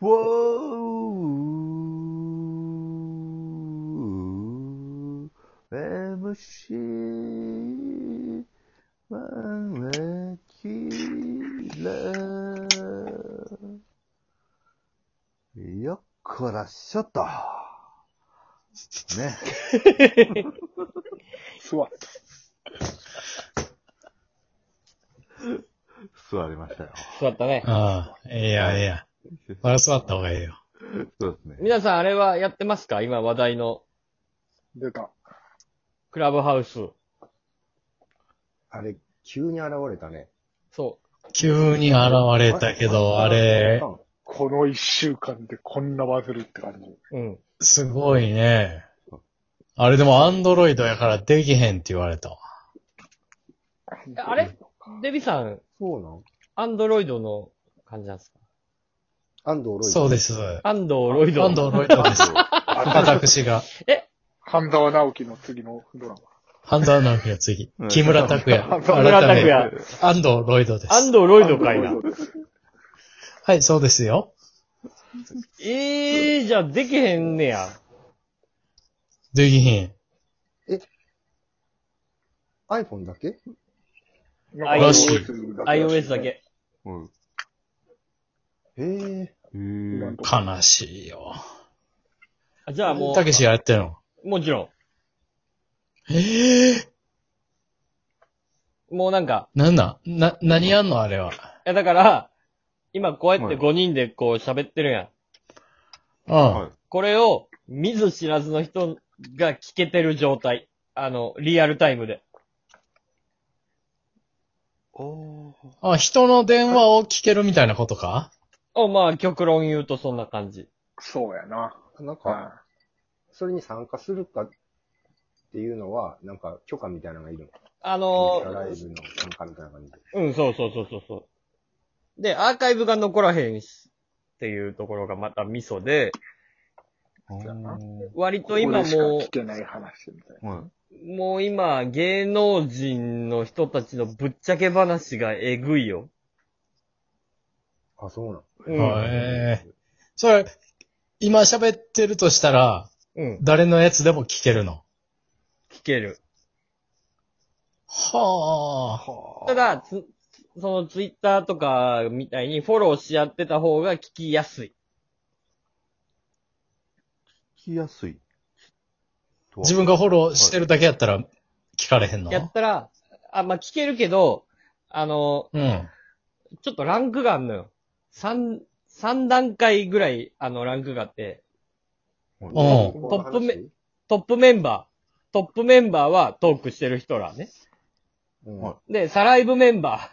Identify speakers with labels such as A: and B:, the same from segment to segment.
A: ウォー MC マネキラよっこらっしょっと。ね。
B: すわ。
A: 座りましたよ。
C: 座ったね。
D: ああ、ええや、ええや。そりゃ座った方がええよ。
A: そうですね。
C: 皆さんあれはやってますか今話題の
B: 出た。
C: クラブハウス。
E: あれ、急に現れたね。
C: そ
D: 急に現れたけど、あれ、
B: この一週間でこんなバズるって感 じ。
C: う。うん。
D: すごいね。あれでもアンドロイドやからできへんって言われたわ。
C: あれデビさん、
E: そうなん
C: アンドロイドの感じなんですか
E: 安藤ロイド。
D: そうです。
C: アンドロイド。
D: アンドロイドです。私が。
B: 半沢直樹の次のドラ
D: ハンダーナフィの次
A: うん。
D: 木村拓哉。
C: 木村拓哉。
D: アンドロイドで
C: アン
D: す。
C: ドロイ
B: マ。
C: ドかいな。
D: はい、そうですよ。
C: ええー、じゃあできへんねや。
D: できひん。
E: iPhone だけ
B: なんか
D: らしい
C: iOS だ。け。
A: うん。
E: へえ。
A: え
B: 今
A: ー
B: ん、とこ
D: 悲しいよ。
C: あじゃあも
D: たけし
C: う、
D: がやってんの。
C: もちろ
D: ええ
C: ん。もうなんか、
D: なんなんな、何やんのあれは。
C: いやだから、今こうやって5人でこう喋ってるやん。
D: うん。
A: はい。
C: これを見ず知らずの人が聞けてる状態。あの、リアルタイムで。
A: おー。
D: あ、人の電話を聞けるみたいなことか
C: お、まあ、極論言うとそんな感じ。
B: そうやな。
E: なんか、
B: は
E: それに参加するかっていうのは、なんか許可みたいなのがいる
C: あ
E: の。
C: の
E: ライ
C: ー、
E: ブの参加みたいな感じで。
C: うん、そうそうそうそうそう。で、アーカイブが残らへんし、っていうところがまたミソで、割
B: い。
C: と
B: ここ
C: 今
B: でしか
C: も
B: 聞けない話みたい
A: は
C: う、もう今、芸能人の人たちのぶっちゃけ話がえぐいよ。
E: あ、そうなん。
C: う
D: は
C: ん。
D: い。それ、今喋ってるとしたら、
C: うん、
D: 誰のやつでも聞けるの。
C: 聞ける。
D: はあ。
C: ただ、つそのツイッターとかみたいにフォローし合ってた方が聞きやすい。
A: 聞きやすい。とは
D: 自分がフォローしてるだけやったら聞かれへんの
C: やったら、あ、まあ、聞けるけど、あの、
D: うん。
C: ちょっとランクがあんのよ。三、三段階ぐらい、あの、ランクがあって、
D: うん
E: こ
C: トップめ
E: 話
C: トップメンバー、トップメンバーはトークしてる人らね。
E: うん。
A: は
C: で、サライブメンバ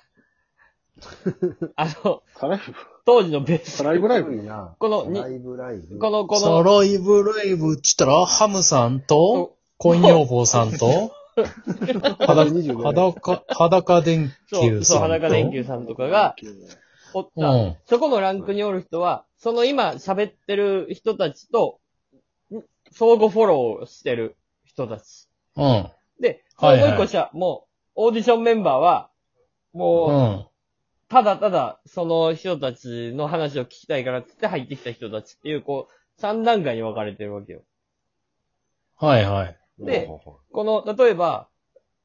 C: ー。 あ
B: な。
C: の、
B: サライブ
C: 当時のベース
B: サ。ライブライ
E: い
B: ブ
E: いな。
C: このに
E: ライブライブ。
C: この、こ
D: ソ
C: の、
D: ロイブライブっつったら、ハムさんと、コイン女房さんと、
E: 肌
D: 裸、
E: 25年。
D: 裸、裸電
C: そう、
D: 球
C: そう、
D: さんと。
C: 裸電球さんとかが、おった、
D: うん
C: そこのランクにおる人は、その今喋ってる人たちと、ん相互フォローしてる人たち。
D: うん。
C: で、
D: はい
C: も
D: は
C: う
D: い
C: 一個した、もう、オーディションメンバーは、もう、
D: うん。
C: ただただ、その人たちの話を聞きたいからっつって入ってきた人たちっていう、こう、三段階に分かれてるわけよ。
D: はいはい。
C: で
A: ほうほうほ
C: この、例えば、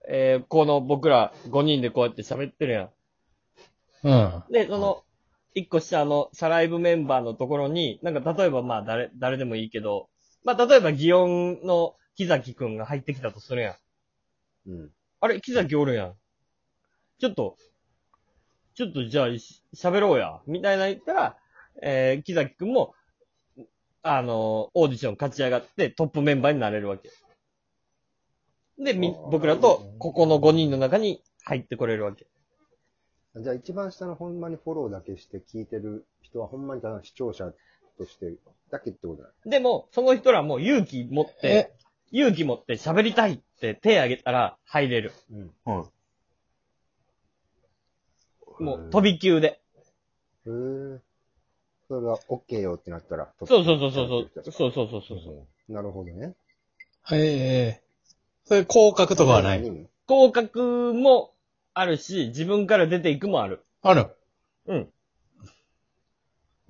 C: えーこの僕ら5人でこうやって喋ってるや
D: うん。
C: ん。で、その、1個下のサライブメンバーのところに、なんか例えばまあ誰、誰でもいいけど、まあ例えば祇園の木崎くんが入ってきたとするやん。
E: うん。
C: あれ、木崎おるやん。ちょっと、ちょっとじゃあ、し喋ろうや。みたいな言ったら、えー、木崎くんも、あのーオーディション勝ち上がってトップメンバーになれるわけ。で、み
B: あー、
C: 僕らと、ここの5人の中に入ってこれるわけ。
E: じゃあ一番下のほんまにフォローだけして聞いてる人はほんまにただ視聴者としてだけってことだ。
C: でも、その人らも勇気持って、勇気持って喋りたいって手挙げたら入れる。
E: うん。
A: うはい。
C: もう、飛び級で。
E: へえ。それが OK よってなったら。
C: そうそうそうそうそう。そうそうそうそう。
E: なるほどね。
D: ええそれ、広角とかはない。
E: い。
C: 合格もあるし、自分から出ていくもある。
D: ある。
C: うん。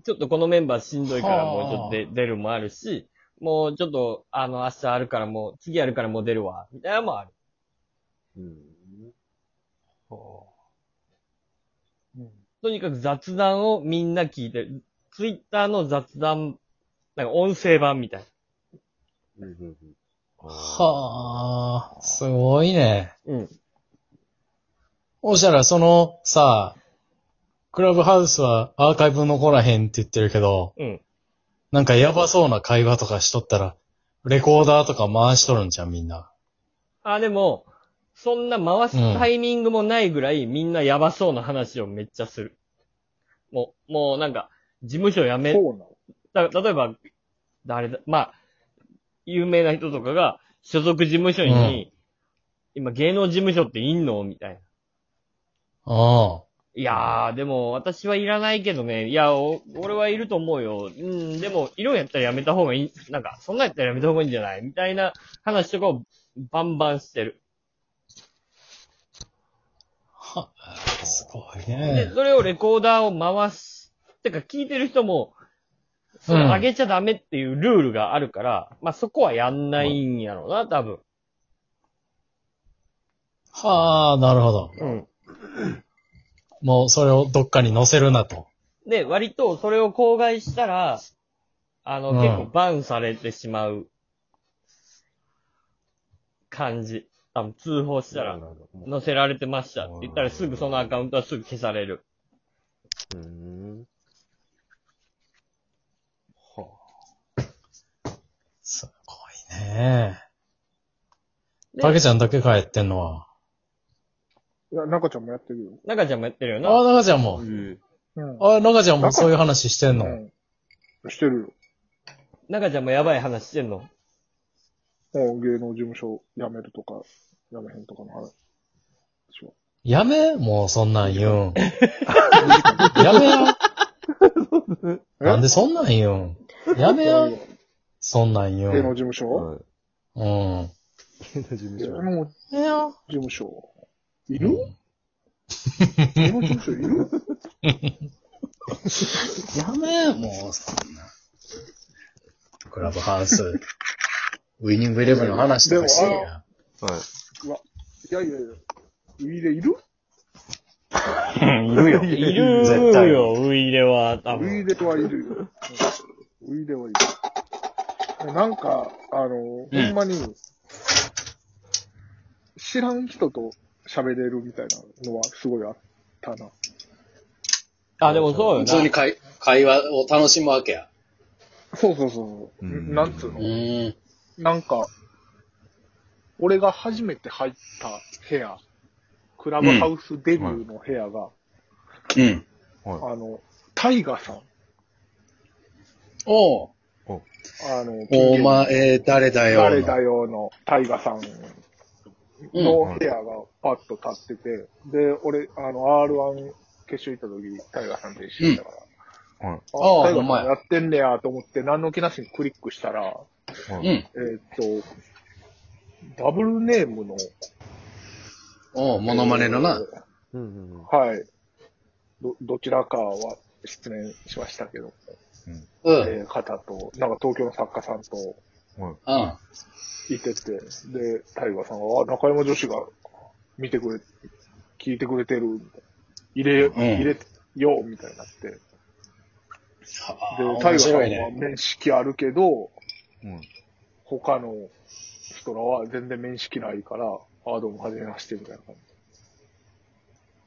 C: ちょっとこのメンバーしんどいから
D: はあ
C: もうちょっとで出るもあるし、もうちょっと、あの、明日あるからもう、次あるからもう出るわ、みたいなのもある。
E: うん。
B: うん。
C: とにかく雑談をみんな聞いてる。ツイッターの雑談、なんか音声版みたいな。
E: うんうんうん
D: はあ、すごいね。
C: うん。
D: おしたら、その、さ、クラブハウスはアーカイブ残らへんって言ってるけど、
C: うん。
D: なんかやばそうな会話とかしとったら、レコーダーとか回しとるんじゃん、みんな。
C: あ、でも、そんな回すタイミングもないぐらい、みんなやばそうな話をめっちゃする。もう、もうなんか、事務所辞め
B: そうなの
C: だ例えば、誰だ、まあ、有名な人とかが、所属事務所に、今芸能事務所っていんのみたいな。
D: あ
C: いやー、でも私はいらないけどね。いや、お俺はいると思うよ。うん、でも、色やったらやめた方がいい。なんか、そんなんやったらやめた方がいいんじゃないみたいな話とかをバンバンしてる。
D: あ、すごい
C: で、
D: ね。
C: それをレコーダーを回す。てか、聞いてる人も、それ上げちゃダメっていうルールがあるから、まあそこはやんないんやろうな、多分。
D: はあ、なるほど。
C: うん。
D: もうそれをどっかに載せるなと。
C: で、割とそれを口外したら、あの、
D: うん
C: 結構バンされてしまう感じ。多分通報したら、
E: なるほど
C: 載せられてましたって言ったらすぐそのアカウントはすぐ消される。
E: うん。
D: すごいね。
C: で
D: たけちゃんだけ帰ってんのは。
B: いや、中ちゃんもやってるよ。
C: 中ちゃんもやってるよ
D: ああ、
C: な。
D: 中ちゃんも。
B: うん。
D: ああ、中ちゃんもそういう話してんの。
B: うん、してるよ。
C: 中ちゃんもやばい話してん の。
B: もう芸能事務所辞めるとか、辞めへんとかの話。そう。
D: やめもうそんなん言 うん。やめよ。なんでそんなん言うん。やめ
B: そうい
D: よ
B: う。
D: そんなん言
B: 芸能
D: う
B: 事務所
A: はい。
D: ん。うん。
A: 芸能事務
B: 芸
A: 所。
B: 能事
D: やめよ。
B: 務所。いる芸能事務所いる
D: やめよ、もうそんなん。クラブハウス、ウィニングイレブンの話とかしてる
B: でも
D: やん。
A: はい。
B: いやいやいや。ウイレいる
C: いる
D: 絶対
C: よ、ウイレは、多
B: ウイ
C: 分。
B: レはいるよ。うんウイレはいる。なんか、あの、ほんまに、知らん人と喋れるみたいなのはすごいあったな。
C: あ、でもそうよ
D: 普通に
C: な。
D: 会会話を楽しむわけや。
B: そうそうそうそう。
A: うん
B: なんつう
D: う
B: の
D: ーん。
B: なんか、俺が初めて入った部屋、クラブハウスデビューの部屋が、
D: うん。
A: は
B: あの、タイガさん、
D: おう
B: あの、
D: お前、誰だよ。
B: 誰だよのタイガさん
D: うん。
B: の部屋がパッと立ってて、で、俺、あの、R1 決勝行った時、タイガさんと一緒にいたから、
A: い。はい。
D: ああ
B: あ、タイ
D: ほ
B: ガ
D: ん
B: さ
D: まや
B: んやってんねやと思って、何の気なしにクリックしたら、
D: うん。
B: えーっと、ダブルネームの、
D: おうモノマネのな。
A: うんうんうん。
B: はい、ど、どちらかは失念しましたけど、
D: うん。うん。
B: えー方と、なんか東京の作家さんと
D: あ
B: いてて、で、タイガさんが、あ、中山女子が見てくれ、聞いてくれてる、みたいな入れ、
D: ん
B: 入れよう、みたいになって。で、
D: あ
B: タイガ
D: 面
B: さんは
D: 白いね。
B: 面識あるけど、
A: うん。
B: 他の人らは全然面識ないから、あ、どうも、はじめまして、みたいな感じ。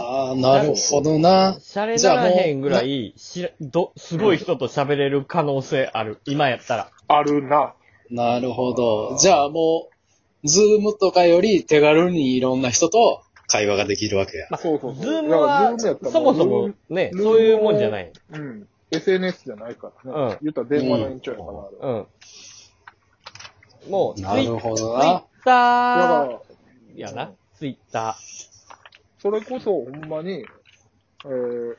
D: ああ、なるほどな。
C: シャレならへんぐらい、しらど、すごい人と喋れる可能性ある。今やったら。
B: あるな。
D: なるほど。じゃあもう、ズームとかより手軽にいろんな人と会話ができるわけや。
B: そうそうそう。
C: ズームは、
B: だから
C: そもそ、
B: ズームや
C: も
B: っ、
C: ね、
B: ルーム
C: そういうもんじゃない。
B: たらもううん。SNS じゃないからね。
C: うん
B: 言ったら電話の延長やから、あれは
C: うん。もう、ツイ
D: なるほど
C: ツイッ
D: な。
C: タ
B: だ
C: ー
B: から、
C: やな。ツイッタ
B: それこそほんまに、えー、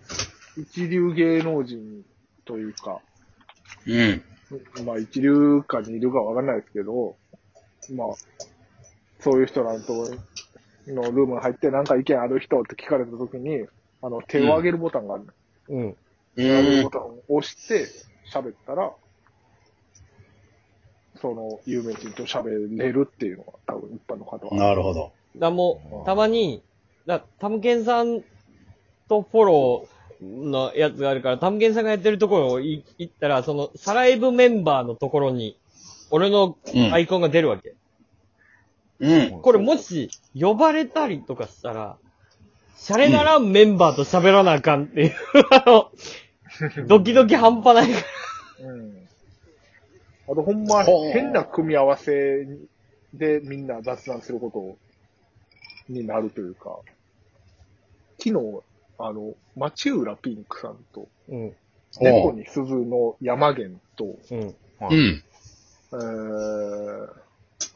B: 一流芸能人というか、
D: うん。
B: まあ一流か二流かわかんないですけど、まあ、そういう人らのとこのルームに入ってなんか意見ある人って聞かれたときに、あの、手を挙げるボタンがあるの、
C: うん。
B: ラブ
D: う
B: ボタンを押して喋ったら、その有名人と喋れるっていうのが多分一般の方
D: ん。
B: は。
D: なるほど。
C: だもう、たまに、だタムケンさんとフォローのやつがあるから、タムケンさんがやってるところをい行ったら、その、サライブメンバーのところに、俺の
D: うん
C: アイコンが出るわけ。
D: うん。
C: これもし、呼ばれたりとかしたら、シャレならんメンバーと喋らなあかん っていう、あの、ドキドキ半端ないか
B: うん。あとほんま
D: ほう
B: 変な組み合わせでみんな雑談することになるというか、昨日、あの、町浦ピンクさんと、
C: ら。うん、
B: 猫
D: おう
B: に鈴の山源と、
C: うん。
D: うん。
B: えー、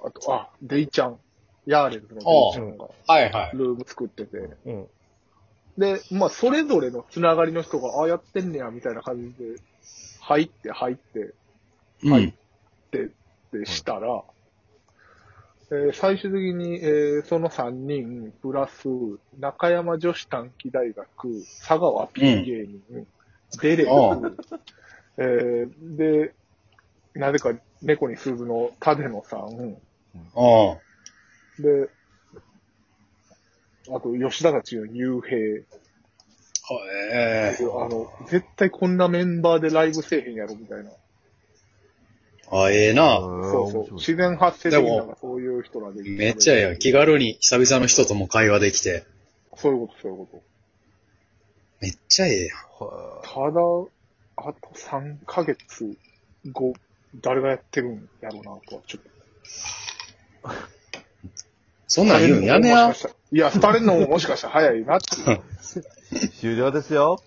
B: あと、あ、デイちゃん、ヤーレンズのデイちゃんが
D: はいはい。
B: ルーム作ってて、
C: うん。
B: で、まあ、それぞれのつながりの人が、ああ、やってんねや、みたいな感じで、入って、入って、
D: う
B: は
D: ん
B: い。って、でしたら、えー最終的に、えーその3人、プラス、中山女子短期大学、佐川 P
D: うん
B: 芸人、デレ
D: お
B: ク、えーで、なぜか猫に鈴の舘野さん、
D: おう
B: で、あと、吉田たちの幽閉。
D: ええ。
B: あの、絶対こんなメンバーでライブせえへんやろ、みたいな。
D: あ、ええな。
B: そうそう。自然
A: 派。
B: 発生的なのがそういう人らで。
D: めっちゃええやん。気軽に久々の人とも会話できて。
B: そういうこと、そういうこ
D: めっちゃええやん。
B: と。ただ、あと3ヶ月後、誰がやってるんやろうな、とは、ちょっと。
D: そんなん言うんやめ
B: も
D: や
B: しか。したらいや、廃れるのももしかしたら早いなっていう。
A: 終了ですよ。